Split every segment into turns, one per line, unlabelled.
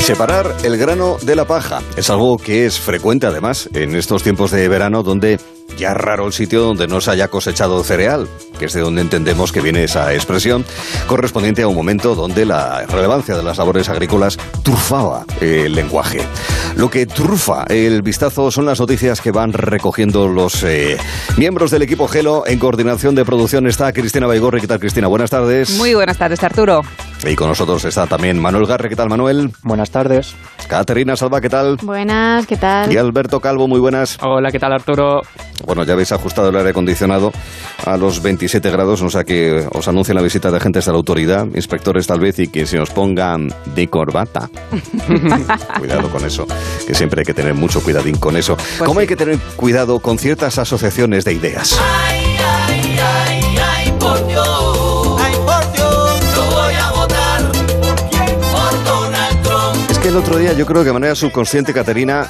Separar el grano de la paja es algo que es frecuente además en estos tiempos de verano donde ya es raro el sitio donde no se haya cosechado cereal, que es de donde entendemos que viene esa expresión, correspondiente a un momento donde la relevancia de las labores agrícolas trufaba el lenguaje. Lo que trufa el vistazo son las noticias que van recogiendo los eh, miembros del equipo Gelo. En coordinación de producción está Cristina Baigorri. ¿Qué tal, Cristina? Buenas tardes.
Muy buenas tardes, Arturo.
Y con nosotros está también Manuel Garre. ¿Qué tal, Manuel?
Buenas tardes.
Caterina Salva, ¿qué tal?
Buenas, ¿qué tal?
Y Alberto Calvo, muy buenas.
Hola, ¿qué tal Arturo?
Bueno, ya habéis ajustado el aire acondicionado a los 27 grados, o sea que os anuncia la visita de agentes de la autoridad, inspectores tal vez, y que se os pongan de corbata. cuidado con eso, que siempre hay que tener mucho cuidadín con eso.
Pues
¿Cómo
sí.
hay que tener cuidado con ciertas asociaciones de ideas?
Ay, ay, ay, ay, por Dios. Ay, por Dios. Yo voy a votar. ¿Por quién? Por Donald Trump.
Es que el otro día yo creo que de manera subconsciente, Caterina...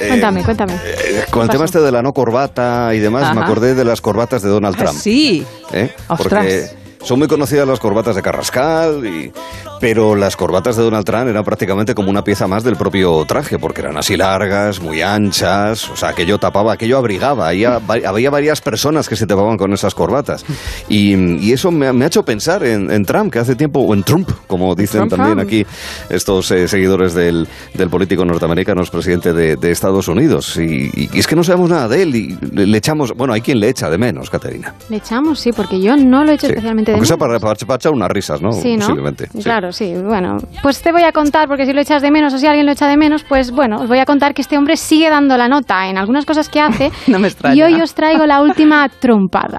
eh,
Cuéntame, cuéntame.
eh, con el
¿Qué
tema
pasó?
este de la no corbata y demás, me
Ajá.
acordé de las corbatas de Donald
Ah,
Trump.
sí.
¿eh? Porque
Ostras.
son muy conocidas las corbatas de Carrascal, y- pero las corbatas de Donald Trump eran prácticamente como una pieza más del propio traje, porque eran así largas, muy anchas, o sea, aquello tapaba, aquello abrigaba. Había, va- había varias personas que se tapaban con esas corbatas. Y, y eso me, ha- me ha hecho pensar en, en Trump, que hace tiempo, o en Trump, como dicen
Trump,
también
Trump.
aquí estos eh, seguidores del, del político norteamericano, es presidente de, de Estados Unidos. Y, y- y es que no sabemos nada de él y le, le echamos, bueno, hay quien le echa de menos, Caterina.
Le echamos, sí, porque yo no lo he hecho
Sí.
especialmente de
Aunque sea
menos.
para, para, para echar unas risas, ¿no?
Sí, ¿no?
Posiblemente. sí.
Claro, sí. Bueno, pues te voy a contar, porque si lo echas de menos o si alguien lo echa de menos, pues bueno, os voy a contar que este hombre sigue dando la nota en algunas cosas que hace.
No me extraña.
Y hoy os traigo la última trompada.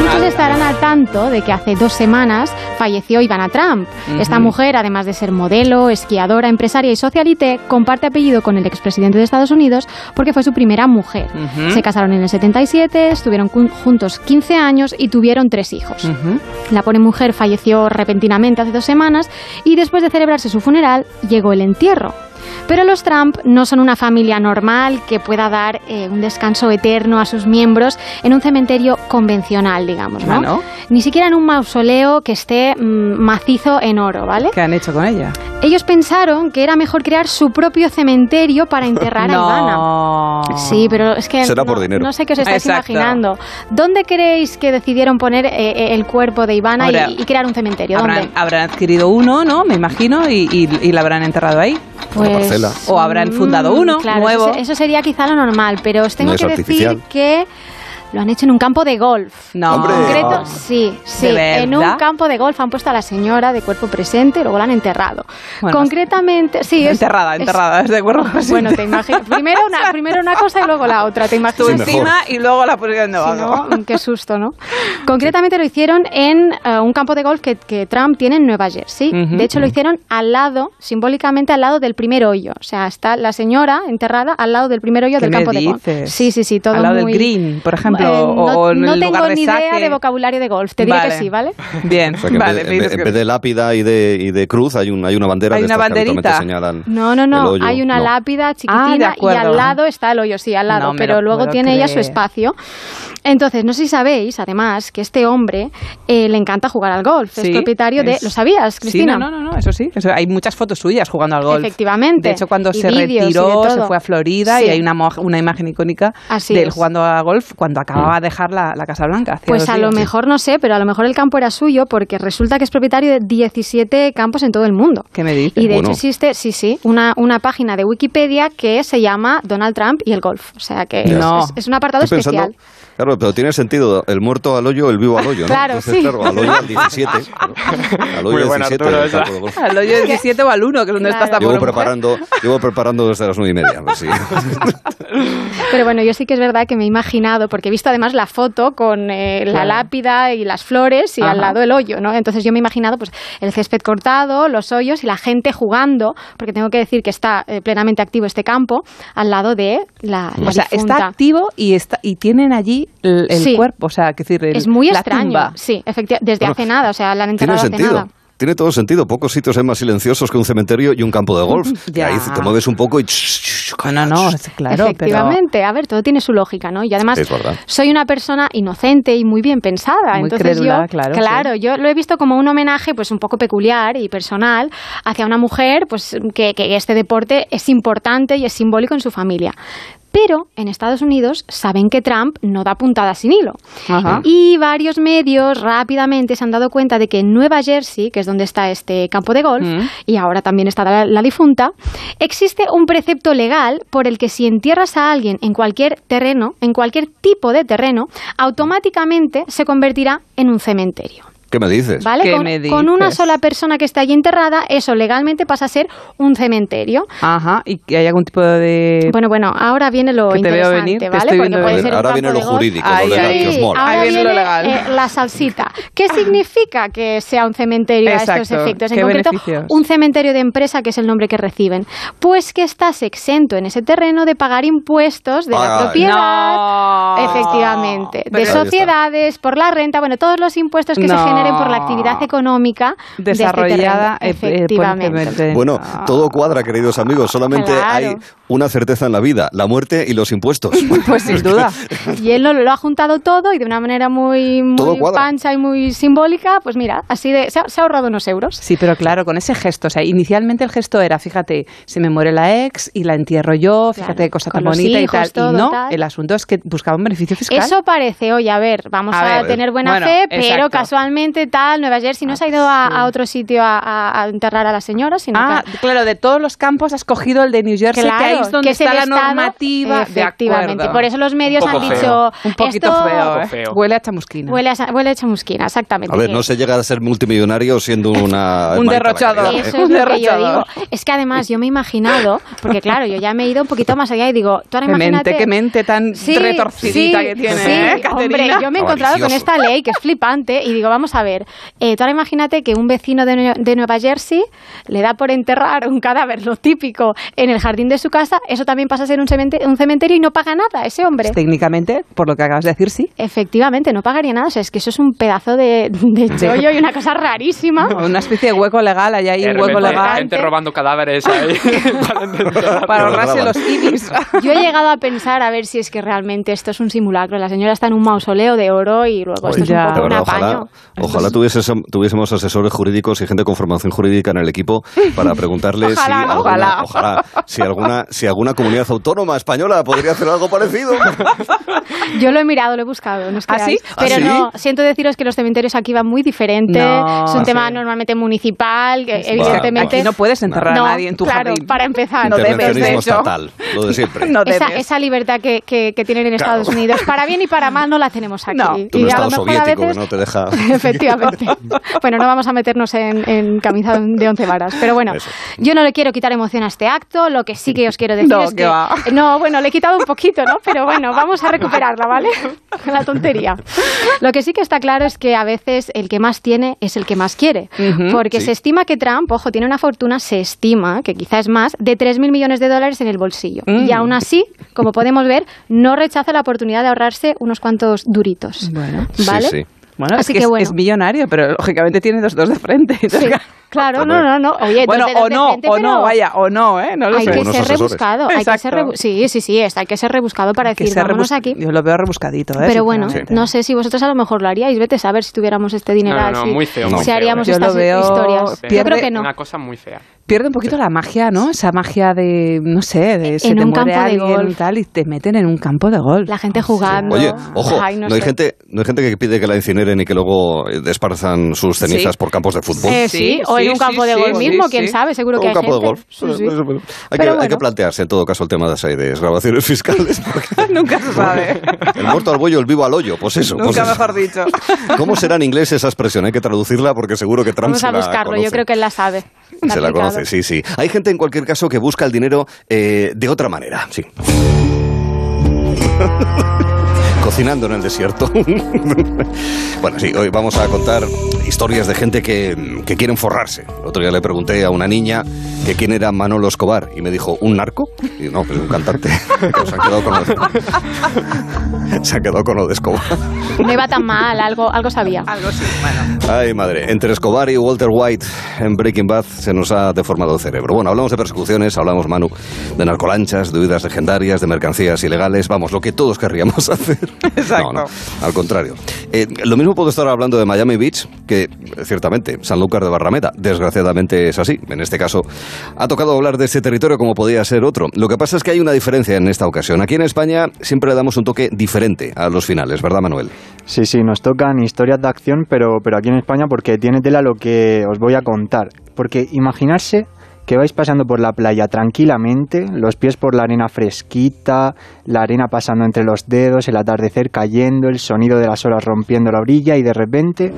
Muchos estarán al tanto de que hace dos semanas falleció Ivana Trump. Esta mujer, además de ser modelo, esquiadora, empresaria y socialite, comparte apellido con el expresidente de Estados Unidos porque fue su primera mujer.
Ujú.
Se casaron en el 77, estuvieron cun- juntos 15 años y tuvieron tres hijos.
Ujú.
La pobre mujer falleció repentinamente hace dos semanas y después de celebrarse su funeral llegó el entierro. Pero los Trump no son una familia normal que pueda dar eh, un descanso eterno a sus miembros en un cementerio convencional, digamos, ¿no?
Ah, ¿no?
Ni siquiera en un mausoleo que esté mm, macizo en oro, ¿vale?
¿Qué han hecho con ella?
Ellos pensaron que era mejor crear su propio cementerio para enterrar a Ivana.
no.
Sí, pero es que
Ah. Será
no,
por dinero.
no sé qué os estáis
Exacto.
imaginando. ¿Dónde creéis que decidieron poner eh, eh, el cuerpo de Ivana
Ahora,
y, y crear un cementerio?
Habrán,
¿Dónde?
habrán adquirido uno, ¿no? Me imagino, y, y, y la habrán enterrado ahí.
Una parcela.
O habrán
mm,
fundado uno
claro,
nuevo.
Eso, se- eso sería quizá lo normal, pero os tengo
No es
que
artificial.
decir que lo han hecho en un campo de golf.
No.
Hombre.
En concreto,
Ah.
sí, sí,
¿De
en un
verdad?
campo de golf han puesto a la señora de cuerpo presente y luego la han enterrado.
Bueno,
Concretamente, sí, es-
enterrada,
es-
enterrada, es de cuerpo
Bueno,
presente.
te imagino. Primero una, primero una cosa y luego la otra, te
Tú
imagino.
Sí,
encima y luego la pusieron
Si
debajo.
no, qué susto, ¿no? Concretamente lo hicieron en eh, un campo de golf que, que Trump tiene en Nueva Jersey.
Ujú,
de hecho, lo hicieron al lado, simbólicamente al lado del primer hoyo. O sea, está la señora enterrada al lado del primer hoyo
¿Qué
del
me
campo de golf.
dices?
Sí, sí, sí, todo
Al lado del
muy-
green, por ejemplo,
Eh,
o-
no,
o en
no
el
tengo
lugar de
ni idea
saque.
de vocabulario de golf. Te diré que sí, ¿vale?
Bien,
O sea, que en
vale.
vez
me
de- en vez,
dices
en
que-
vez de lápida y de, y de cruz, hay, un, hay una bandera
Hay
de
una
estas que
banderita.
habitualmente señalan.
No, no,
el
no.
hoyo.
Hay una
No.
lápida
Ah, de
chiquitina y
acuerdo.
al lado está el hoyo, sí, al lado.
No me
pero
lo
luego
puedo
tiene ella su
creer.
espacio. Entonces, no sé si sabéis, además, que este hombre eh, le encanta jugar al golf.
Sí,
es propietario
es-
de. ¿Lo sabías, Cristina?
Sí, no, no, no, no, eso sí. eso- hay muchas fotos suyas jugando al golf.
Efectivamente.
De hecho, cuando
Y
se
vídeos y de
retiró, se
todo.
fue a Florida
Sí.
y hay una, mo- una imagen icónica
Así
de él
es.
jugando a golf cuando acababa de dejar la, la Casa Blanca. hace
Pues
dos
a lo
días.
mejor no sé, pero a lo mejor el campo era suyo porque resulta que es propietario de 17 campos en todo el mundo.
¿Qué me dices?
Y de
Bueno.
hecho existe, sí, sí, una, una página de Wikipedia que se llama Donald Trump y el golf. O sea que
Ya. No.
es, es un apartado
Estoy pensando,
especial.
claro, pero tiene sentido el muerto al hoyo, el vivo al hoyo, ¿no?
Claro,
Entonces,
sí.
claro, al hoyo al 17. claro. Al hoyo
Muy
al
buena
17
altura
del
esa.
campo de golf.
Al hoyo 17 o al 1, que es donde está esta
Llevo
pobre
preparando, llevo preparando desde las nueve y media. pues a ver si-
Pero bueno, yo sí que es verdad que me he imaginado, porque he visto además la foto con eh, la
Claro.
lápida y las flores y
Ajá.
al lado el hoyo, ¿no? Entonces yo me he imaginado pues el césped cortado, los hoyos y la gente jugando, porque tengo que decir que está eh, plenamente activo este campo al lado de la, la
O sea,
difunta.
está activo y está y tienen allí el, el
Sí.
cuerpo, o sea, que decir, el-
es muy
la
extraño.
tumba.
Sí, efectivamente, desde
Bueno,
hace nada, o sea, la han
tiene
enterrado hace
sentido.
nada.
tiene todo sentido. Pocos sitios hay más silenciosos que un cementerio y un campo de golf. Y
Ya.
ahí te mueves un poco y... ch- ch- ch-
No, no, es claro, pero...
Efectivamente, a ver, todo tiene su lógica, ¿no? Y además
Es verdad.
soy una persona inocente y muy bien pensada,
Muy
entonces
crédula,
yo,
claro,
yo lo he visto como un homenaje, pues un poco peculiar y personal hacia una mujer, pues que, que este deporte es importante y es simbólico en su familia. Pero en Estados Unidos saben que Trump no da puntadas sin hilo.
Ajá.
Y varios medios rápidamente se han dado cuenta de que en Nueva Jersey, que es donde está este campo de golf,
Mm.
y ahora también está la, la difunta, existe un precepto legal por el que si entierras a alguien en cualquier terreno, en cualquier tipo de terreno, automáticamente se convertirá en un cementerio.
¿Qué me dices?
¿Vale?
Pues, ¿Qué
con,
me dices?
con una sola persona que esté allí enterrada, eso legalmente pasa a ser un cementerio.
Ajá, y que hay algún tipo de...
Bueno, bueno, ahora viene lo
Eh, Que te veo
interesante,
venir, te
¿vale?
estoy
Porque
viendo
puede
venir.
ser un
Ahora
campo
viene lo
de golf.
jurídico,
Ahí,
lo legal
ahí.
que os mola.
Ahora
Ahí viene
viene,
lo legal.
eh, la salsita. ¿Qué significa que sea un cementerio a estos
Exacto,
efectos? En
¿qué
concreto,
beneficios?
un cementerio de empresa, que es el nombre que reciben. Pues que estás exento en ese terreno de pagar impuestos de la
Ay.
propiedad.
No.
Efectivamente,
Pero-
de
Ahí está.
sociedades, por la renta, bueno, todos los impuestos que se
No.
generen por la actividad económica de este terreno.
desarrollada eh, Ah. eh, por el
efectivamente.
cementerio.
Bueno, todo cuadra, queridos amigos. Solamente
Claro.
hay una certeza en la vida, la muerte y los impuestos.
Pues sin duda.
Y él lo, lo ha juntado todo y de una manera muy,
Todo
muy
cuadra.
pancha y muy simbólica, pues mira, así de, se ha, se ha ahorrado unos euros.
Sí, pero claro, con ese gesto. O sea, inicialmente el gesto era, fíjate, se me muere la ex y la entierro yo, fíjate
Claro,
qué cosa tan
con los
bonita y
hijos,
tal.
todo,
y no,
tal.
el asunto es que buscaba un beneficio fiscal.
Eso parece, oye, a ver, vamos
A
a,
ver.
tener buena
Bueno,
fe, pero
exacto.
casualmente tal, Nueva Jersey no se ha ido a, a otro sitio a, a- a enterrar a la señora, sino
Ah,
que...
claro, de todos los campos has cogido el de New Jersey, que ahí es donde
que es
está
el
la
estado-
normativa. De
Efectivamente,
acuerdo.
por eso los medios
Un
han
poco
dicho...
feo.
Un poquito
esto
feo,
poco
¿eh?
feo.
Huele a chamusquina.
Huele a, sa- huele a chamusquina, exactamente.
A ver,
que-
no se llega a ser multimillonario siendo una...
Un
hermanita de la
derrochador.
caridad, ¿eh?
Eso es lo que yo digo.
derrochador.
Es que además yo me he imaginado, porque claro, yo ya me he ido un poquito más allá y digo, tú ahora
Qué
imagínate...
mente, qué mente tan retorcidita
sí,
que tiene,
sí,
¿eh, Caterina?
hombre, yo me he encontrado con
Avaricioso.
esta ley que es flipante y digo, vamos a ver, eh, tú ahora imagínate que un vecino de, Nue- de Nueva Jersey le da por enterrar un cadáver, lo típico, en el jardín de su casa, eso también pasa a ser un, cemente- un cementerio y no paga nada ese hombre.
Pues, técnicamente, por lo que acabas de decir, sí.
Efectivamente, no pagaría nada. O sea, es que eso es un pedazo de, de chollo y una cosa rarísima.
Una especie de hueco legal, hay ahí
De
un hueco
repente,
legal
gente robando cadáveres ahí. para intentar-
para
Lo
ahorrarse
graban.
los ibis.
Yo he llegado a pensar a ver si es que realmente esto es un simulacro. La señora está en un mausoleo de oro y luego esto
Oye,
es un
Ya.
poco
de
un
verdad,
apaño.
ojalá, ojalá tuviésemos, tuviésemos asesores jurídicos y gente con formación jurídica en el equipo para preguntarle
Ojalá,
si, alguna,
ojalá.
ojalá, si alguna si alguna comunidad autónoma española podría hacer algo parecido.
Yo lo he mirado, lo he buscado. no os
¿Ah,
creáis.
sí?
Pero
¿Ah, sí?
no, siento deciros que los cementerios aquí van muy diferente.
No,
es un
sí.
tema normalmente municipal, que evidentemente.
Aquí no puedes enterrar
No,
a nadie en tu
claro,
jardín.
para empezar.
No debes, de
Intervencionismo
hecho.
estatal, lo de siempre.
No
Esa,
debes.
esa libertad que, que- que tienen en
Claro.
Estados Unidos, para bien y para mal, no la tenemos aquí.
No. Tú
Y
Tú no
a lo
estado
mejor a
soviético que
veces-
no te deja.
Efectivamente. Bueno, no vamos a meternos en, en camisa de once varas. Pero bueno,
Eso.
yo no le quiero quitar emoción a este acto. Lo que sí que os quiero decir
No,
es
que
que.
va.
No, bueno, le he quitado un poquito, ¿no? Pero bueno, vamos a recuperarla, ¿vale? Con la tontería. Lo que sí que está claro es que a veces el que más tiene es el que más quiere.
Ujú.
porque
Sí.
se estima que Trump, ojo, tiene una fortuna, se estima, que quizás es más, de 3.000 millones de dólares en el bolsillo.
Mm.
Y aún así, como podemos ver, no rechaza la oportunidad de ahorrarse unos cuantos duritos.
Bueno.
¿Vale?
Sí, sí.
Bueno,
Así
es que,
que
es-
bueno.
es millonario, pero lógicamente tiene los dos de frente.
Sí, claro, no, no, no. Oye, dos
bueno,
dedos
o
de
no,
frente,
o
pero
no, vaya, o no, ¿eh? No lo
Hay
sé.
que
Buenos
ser
asesores.
rebuscado. Hay que ser
Exacto.
rebu- sí, sí, sí, esto hay que ser rebuscado para
Que
decir,
sea
vámonos
rebus-
aquí.
Yo lo veo rebuscadito, ¿eh?
Pero bueno,
sinceramente.
no sé si vosotros a lo mejor lo haríais. Vete a saber si tuviéramos este dinero.
No, no, no,
si,
muy feo,
si
muy feo,
haríamos
eh. Yo lo
estas
veo-
historias.
Sí,
Yo
pierde
creo que no.
Una cosa muy fea.
Pierde un poquito la magia, ¿no? Esa magia de, no sé, de se
En
te
un
muere
campo de
alguien
golf.
y tal y te meten en un campo de golf.
La gente jugando.
Oye,
No.
ojo,
Ay,
no,
no
hay
sé.
gente, no hay gente que pide que la incineren y que luego eh, esparzan sus cenizas por campos de fútbol.
Eh, sí,
Sí,
o en
sí,
un campo
sí,
de
sí,
golf
sí,
mismo,
sí.
quién sabe, seguro que
un
hay
campo
gente.
de golf.
Sí, sí.
Hay, que,
Pero
hay que
bueno.
plantearse en todo caso el tema de las desgrabaciones fiscales. porque
Pues Nunca se sabe.
el muerto al bollo, el vivo al hoyo. Pues eso. pues
Nunca
eso.
mejor dicho.
¿Cómo será en inglés esa expresión? Hay que traducirla porque seguro que Trump
Vamos
se
a
la
buscarlo, yo
conoce.
creo que él la sabe. La
se la
aplicado.
conoce, sí, sí. Hay gente en cualquier caso que busca el dinero eh, de otra manera, sí. cocinando en el desierto. bueno, sí, hoy vamos a contar historias de gente que, que quieren forrarse. El otro día le pregunté a una niña que quién era Manolo Escobar y me dijo, ¿un narco? Y yo, no, pues un cantante. Pero se han quedado con lo de- se han quedado con lo de Escobar.
No iba tan mal, algo, algo sabía.
Algo sí, bueno.
Ay, madre. Entre Escobar y Walter White en Breaking Bad se nos ha deformado el cerebro. Bueno, hablamos de persecuciones, hablamos, Manu, de narcolanchas, de huidas legendarias, de mercancías ilegales. Vamos, lo que todos querríamos hacer.
Exacto.
No, no, al contrario. Eh, lo mismo puedo estar hablando de Miami Beach, que eh, ciertamente, Sanlúcar de Barrameda, desgraciadamente es así. En este caso, ha tocado hablar de este territorio como podía ser otro. Lo que pasa es que hay una diferencia en esta ocasión. Aquí en España siempre le damos un toque diferente a los finales, ¿verdad, Manuel?
Sí, sí, nos tocan historias de acción, pero, pero aquí en España porque tiene tela lo que os voy a contar. Porque imaginarse que vais pasando por la playa tranquilamente, los pies por la arena fresquita, la arena pasando entre los dedos, el atardecer cayendo, el sonido de las olas rompiendo la orilla y de repente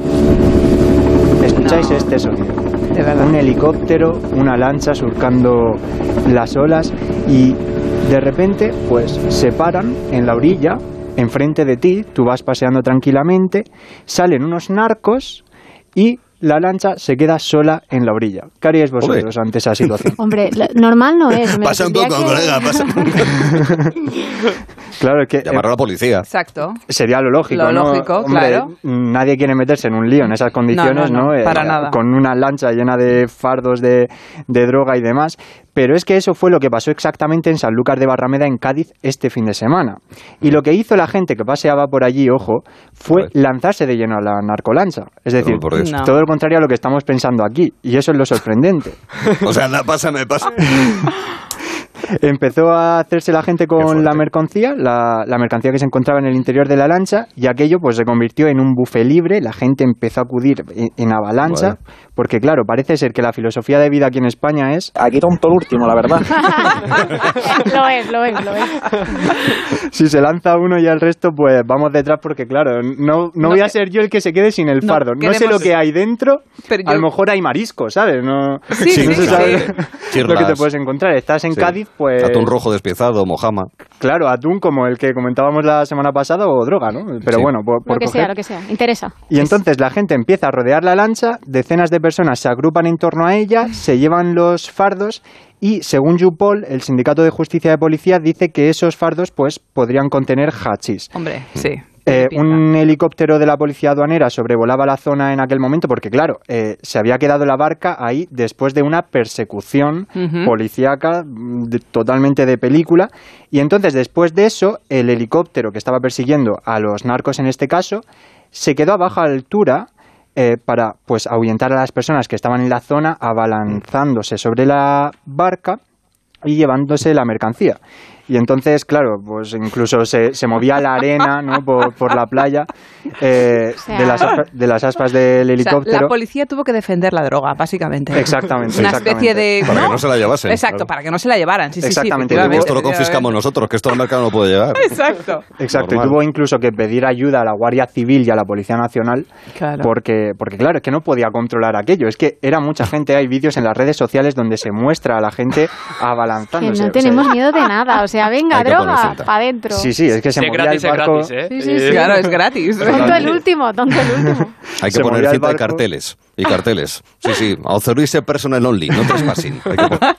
escucháis
No.
este sonido
De
un
verdad.
helicóptero, una lancha surcando las olas y de repente pues se paran en la orilla, enfrente de ti, tú vas paseando tranquilamente, salen unos narcos y la lancha se queda sola en la orilla. ¿Qué haríais vosotros ante esa situación?
Hombre, lo- normal no es. me
Pasa un
tendría
poco,
que-
colega, pasa un poco.
Claro, es que eh,
Llamar a la policía.
Exacto.
sería lo lógico,
Lo
¿no?
lógico,
Hombre,
claro.
Nadie quiere meterse en un lío en esas condiciones,
No,
¿no?
no, no,
Eh,
para nada.
Con una lancha llena de fardos de, de droga y demás. Pero es que eso fue lo que pasó exactamente en Sanlúcar de Barrameda, en Cádiz, este fin de semana. Y lo que hizo la gente que paseaba por allí, ojo,
A
fue
ver.
lanzarse de lleno a la narcolancha. Es decir,
por Dios.
No.
todo lo contrario a lo que estamos pensando aquí. Y eso es lo sorprendente.
O sea, anda, pásame, pásame.
Empezó a hacerse la gente
Qué
con
fuerte.
la mercancía, la, la mercancía que se encontraba en el interior de la lancha, y aquello pues se convirtió en un buffet libre, la gente empezó a acudir en, en avalancha,
Vale.
porque claro, parece ser que la filosofía de vida aquí en España es,
Aquí tonto el último, la verdad.
lo es, lo es, lo es.
si se lanza uno y el resto, pues vamos detrás, porque claro, no, no,
No
voy a
que-
ser yo el que se quede sin el
No,
fardo. No sé
queremos-
lo que hay dentro,
Pero
a
yo-
lo mejor hay marisco, ¿sabes? No,
Sí, sí,
no se
sí.
sabe lo que te
Chirlas.
puedes encontrar. Estás en
Sí.
Cádiz, pues...
Atún rojo despiezado, mojama.
Claro, atún como el que comentábamos la semana pasada o droga, ¿no? Pero
Sí.
bueno, por,
Lo
por
que
coger.
sea, lo que sea. Interesa.
Y entonces la gente empieza a rodear la lancha, decenas de personas se agrupan en torno a ella, se llevan los fardos y según Yupol, el Sindicato de Justicia de Policía dice que esos fardos pues podrían contener hachís.
Hombre, sí.
Eh,
pinta.
un helicóptero de la policía aduanera sobrevolaba la zona en aquel momento porque, claro, eh, se había quedado la barca ahí después de una persecución
Ujú.
policíaca mm, de- totalmente de película. Y entonces, después de eso, el helicóptero que estaba persiguiendo a los narcos en este caso se quedó a baja altura eh, para pues ahuyentar a las personas que estaban en la zona abalanzándose sobre la barca y llevándose la mercancía. Y entonces, claro, pues incluso se, se movía la arena ¿no? por, por la playa eh,
O sea-
de, las, aspa- de las aspas del
O sea,
helicóptero.
la policía tuvo que defender la droga, básicamente.
Exactamente,
Una
exactamente.
especie de.
Para que no se la llevasen,
Exacto,
claro.
para que no se la llevaran. Sí, sí, sí,
Porque
Exactamente,
efectivamente,
esto lo confiscamos nosotros, que esto al mercado no puede llegar.
Exacto.
Exacto, y
Normal.
tuvo incluso que pedir ayuda a la Guardia Civil y a la Policía Nacional
Claro.
porque, porque claro, es que no podía controlar aquello. Es que era mucha gente, hay vídeos en las redes sociales donde se muestra a la gente
Que
abalanzándose.
no
Ah, o sea,
tenemos miedo de nada. O sea, venga,
Hay que
droga,
ponerse en
para adentro.
Sí, sí, es que se
Si es
movía
gratis,
el
es
barco.
gratis, ¿eh?
Sí, sí,
Eh,
sí.
Claro, es gratis.
Tonto el último, tonto el último.
Hay que
Se
poner
movía el
cinta y
barco.
carteles. Y carteles. Sí, sí. Authorize personal only, no trespassing. Hay que poner-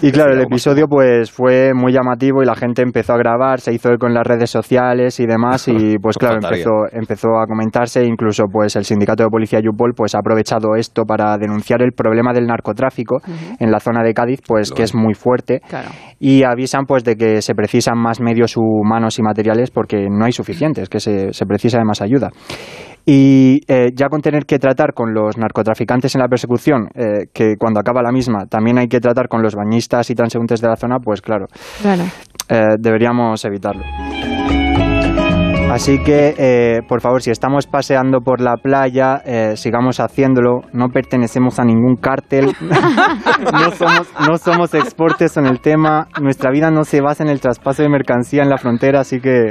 Y claro, el
Algo más.
episodio pues fue muy llamativo y la gente empezó a grabar, se hizo con las redes sociales y demás y pues claro,
Faltaría.
empezó, empezó a comentarse, incluso pues el sindicato de policía Yupol pues ha aprovechado esto para denunciar el problema del narcotráfico en la zona de Cádiz pues
Lo
que
es.
es muy fuerte
Claro.
y avisan pues de que se precisan más medios humanos y materiales porque no hay suficientes, que se, se precisa de más ayuda. Y eh, ya con tener que tratar con los narcotraficantes en la persecución, eh, que cuando acaba la misma también hay que tratar con los bañistas y transeúntes de la zona, pues claro,
Claro.
eh, deberíamos evitarlo. Así que, eh, por favor, si estamos paseando por la playa, eh, sigamos haciéndolo. No pertenecemos a ningún cártel. No somos, no somos exportes en el tema. Nuestra vida no se basa en el traspaso de mercancía en la frontera, así que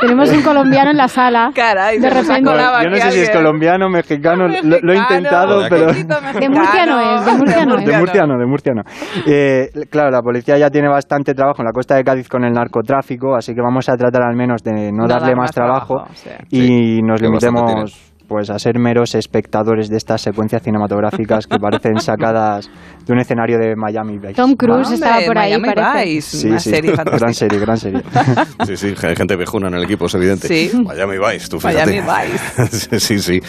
Tenemos un colombiano en la sala.
Caray, se
de
nos ha
repente.
colado.
Bueno, yo no sé si es
alguien-
colombiano, mexicano, lo, lo he intentado,
Mexicano,
pero...
De Murcia no es, de Murcia no es.
De Murcia no, de Murcia no. Eh, claro, la policía ya tiene bastante trabajo en la costa de Cádiz con el narcotráfico, así que vamos a tratar al menos de no,
No
darle
dar
más
más trabajo,
trabajo,
sí.
y
Sí,
nos
que bastante
limitemos pues a ser meros espectadores de estas secuencias cinematográficas que parecen sacadas de un escenario de Miami Vice.
Tom Cruise Pues estaba por ahí,
Miami
parece.
Vice,
Sí,
una
sí,
serie
gran
fantástica.
serie, gran serie.
Sí, sí, hay gente viejuna en el equipo, es evidente.
Sí.
Miami Vice, tú fíjate.
¿eh?
Miami
Vice. sí, sí.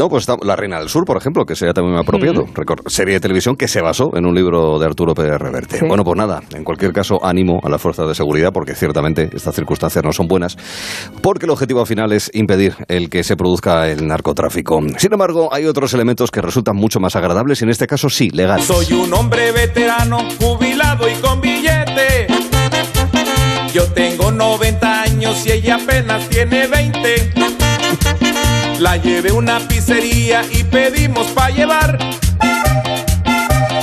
No, pues está La Reina del Sur, por ejemplo, que sería también apropiado. Recor- Serie de televisión que se basó en un libro de Arturo Pérez Reverte.
Sí.
Bueno, pues nada, en cualquier caso, ánimo a las fuerzas de seguridad, porque ciertamente estas circunstancias no son buenas, porque el objetivo final es impedir el que se produzca el narcotráfico. Sin embargo, hay otros elementos que resultan mucho más agradables, y en este caso sí, legales.
Soy un hombre veterano, jubilado y con billete. Yo tengo 90 años y ella apenas tiene 20. La llevé a una pizzería y pedimos para llevar.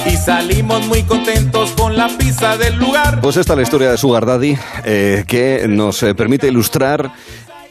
Y salimos muy contentos con la pizza del lugar.
Pues esta es la historia de Sugar Daddy eh, que nos eh, permite ilustrar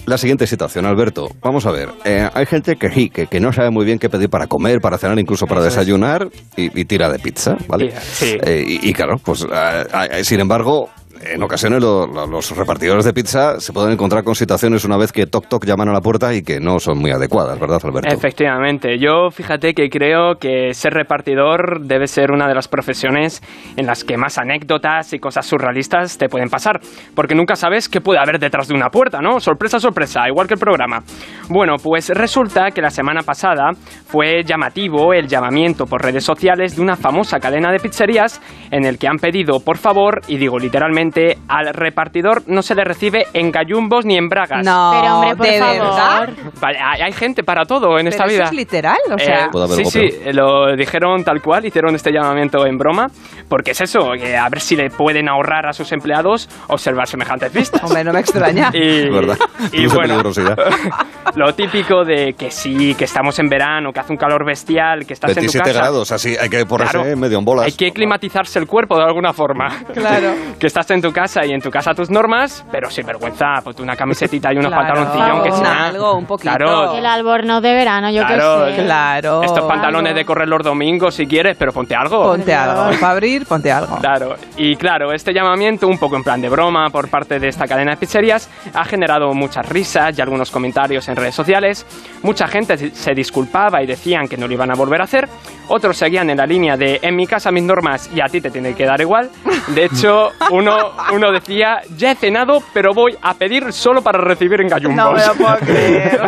la siguiente situación, Alberto. Vamos a ver, eh, hay gente que sí, que, que no sabe muy bien qué pedir para comer, para cenar, incluso para desayunar y, y tira de pizza, ¿vale?
Sí.
Eh, y, y claro, pues ah, ah, eh, sin embargo... En ocasiones lo- lo- los repartidores de pizza se pueden encontrar con situaciones una vez que toc toc llaman a la puerta y que no son muy adecuadas, ¿verdad, Alberto?
Efectivamente, yo fíjate que creo que ser repartidor debe ser una de las profesiones en las que más anécdotas y cosas surrealistas te pueden pasar, porque nunca sabes qué puede haber detrás de una puerta, ¿no? Sorpresa, sorpresa, igual que el programa. Bueno, pues resulta que la semana pasada fue llamativo el llamamiento por redes sociales de una famosa cadena de pizzerías en el que han pedido, por favor, y digo literalmente, al repartidor no se le recibe en gallumbos ni en bragas.
No,
Pero, hombre, por
de
favor.
verdad.
Vale, hay hay gente para todo en
Pero
esta
eso
vida.
es literal, o sea.
Eh,
Puede haber
sí,
algo
sí, eh, lo dijeron tal cual, hicieron este llamamiento en broma, porque es eso, que a ver si le pueden ahorrar a sus empleados observar semejantes vistas.
Hombre, no me extraña.
Y,
¿Verdad?
y
Esa
bueno,
peligrosidad.
lo típico de que sí, que estamos en verano, que hace un calor bestial, que estás en tu
27
casa.
grados, así hay que ponerse
Claro.
medio en bolas.
Hay que climatizarse el cuerpo de alguna forma.
Claro.
que estás en tu casa y en tu casa tus normas, pero sin vergüenza, ponte una camisetita y unos
Claro.
pantaloncillos, aunque sea.
Algo, un poquito.
Claro,
El albornoz de verano, yo
Claro,
qué sé.
Claro.
Estos pantalones de correr los domingos si quieres, pero ponte algo.
Ponte algo. Para abrir, ponte algo.
Claro, y claro, este llamamiento, un poco en plan de broma por parte de esta cadena de pizzerías, ha generado muchas risas y algunos comentarios en redes sociales. Mucha gente se- se disculpaba y decían que no lo iban a volver a hacer. Otros seguían en la línea de en mi casa mis normas y a ti te tiene que dar igual. De hecho, uno, uno decía, ya he cenado, pero voy a pedir solo para recibir engallumbos.
No me lo puedo creer.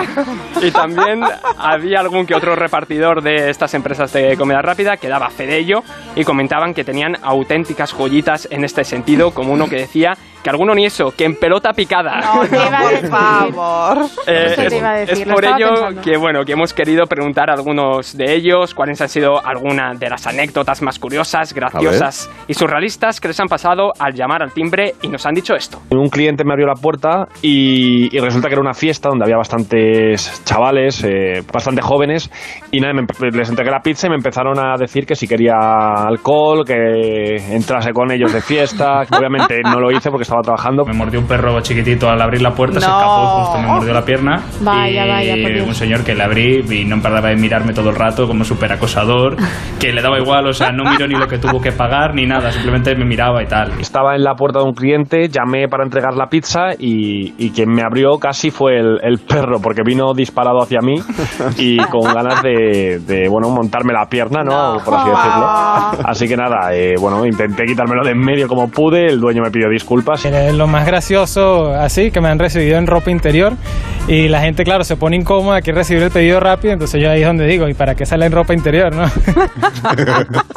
Y también había algún que otro repartidor de estas empresas de comida rápida que daba fe de ello y comentaban que tenían auténticas joyitas en este sentido, como uno que decía que alguno ni eso, que en pelota picada.
No,
¿Qué va a
por
decir?
favor.
Eh,
Eso te
es,
iba
a decir,
es
lo
por
estaba
ello
pensando.
que bueno que hemos querido preguntar a algunos de ellos cuáles han sido algunas de las anécdotas más curiosas, graciosas y surrealistas que les han pasado al llamar al timbre y nos han dicho esto.
Un cliente me abrió la puerta y, y resulta que era una fiesta donde había bastantes chavales, eh, bastante jóvenes, y nada, me empe- les entregué la pizza y me empezaron a decir que si quería alcohol, que entrase con ellos de fiesta. que Obviamente no lo hice porque estaba trabajando.
Me mordió un perro chiquitito al abrir la puerta, se
No.
escapó, justo me mordió la pierna.
Vaya,
y
vaya, por Dios.
un señor que le abrí y no paraba de mirarme todo el rato como súper acosador, que le daba igual, o sea, no miró ni lo que tuvo que pagar ni nada, simplemente me miraba y tal.
Estaba en la puerta de un cliente, llamé para entregar la pizza y, y quien me abrió casi fue el, el perro, porque vino disparado hacia mí y con ganas de, de, bueno, montarme la pierna, ¿no?
No.
Por así decirlo. Así que nada, eh, bueno, intenté quitármelo de en medio como pude, el dueño me pidió disculpas.
Es lo más gracioso así, que me han recibido en ropa interior y la gente, claro, se pone incómoda, quiere recibir el pedido rápido, entonces yo ahí es donde digo, ¿y para qué sale en ropa interior, no?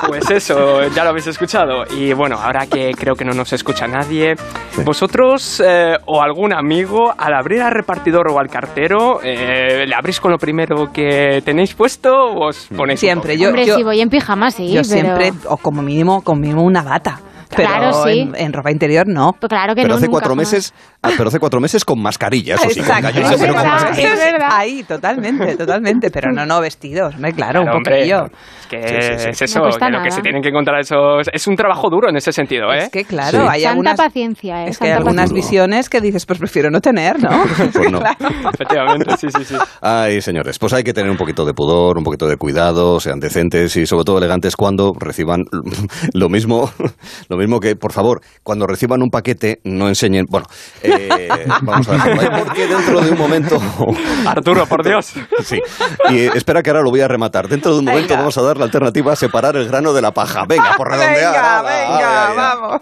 Pues eso, ya lo habéis escuchado. Y bueno, ahora que creo que no nos escucha nadie, vosotros eh, o algún amigo, al abrir al repartidor o al cartero, eh, ¿le abrís con lo primero que tenéis puesto
Mm.
o os ponéis?
Oh,
un
Siempre. Yo,
Hombre,
yo,
si voy en pijama, sí,
yo
pero...
siempre, o como mínimo, como mínimo una bata. Pero
Claro, sí.
en, en ropa interior no.
Pues claro que
pero
no,
hace
nunca
cuatro
jamás.
meses, ah, pero hace cuatro meses con mascarilla, eso sí, con
Exacto.
gallones,
Es
pero con
verdad,
mascarilla.
es verdad. Ahí, totalmente, totalmente. Pero no, no, vestidos. Hombre, claro,
Claro,
un
hombre,
poquillo.
Es que
Sí, sí, sí.
es eso,
No cuesta
que lo que
nada.
se tienen que encontrar esos... Es un trabajo duro en ese sentido, ¿eh?
Es que claro,
Sí.
hay
Santa
algunas,
paciencia, ¿eh?
es que hay
santa
algunas
paciencia.
visiones que dices, pues prefiero no tener, ¿no?
Pues no.
Efectivamente, sí, sí, sí.
Ay, señores, pues hay que tener un poquito de pudor, un poquito de cuidado, sean decentes y sobre todo elegantes cuando reciban lo mismo, lo mismo que, por favor, cuando reciban un paquete, no enseñen. Bueno, eh, vamos a dejarlo ahí, porque dentro de un momento.
Arturo, por Dios.
Sí. Y eh, espera que ahora lo voy a rematar. Dentro de un momento vamos a dar la alternativa a separar el grano de la paja. Venga, por redondear. Ah,
venga,
ala,
venga,
ala, ala.
vamos.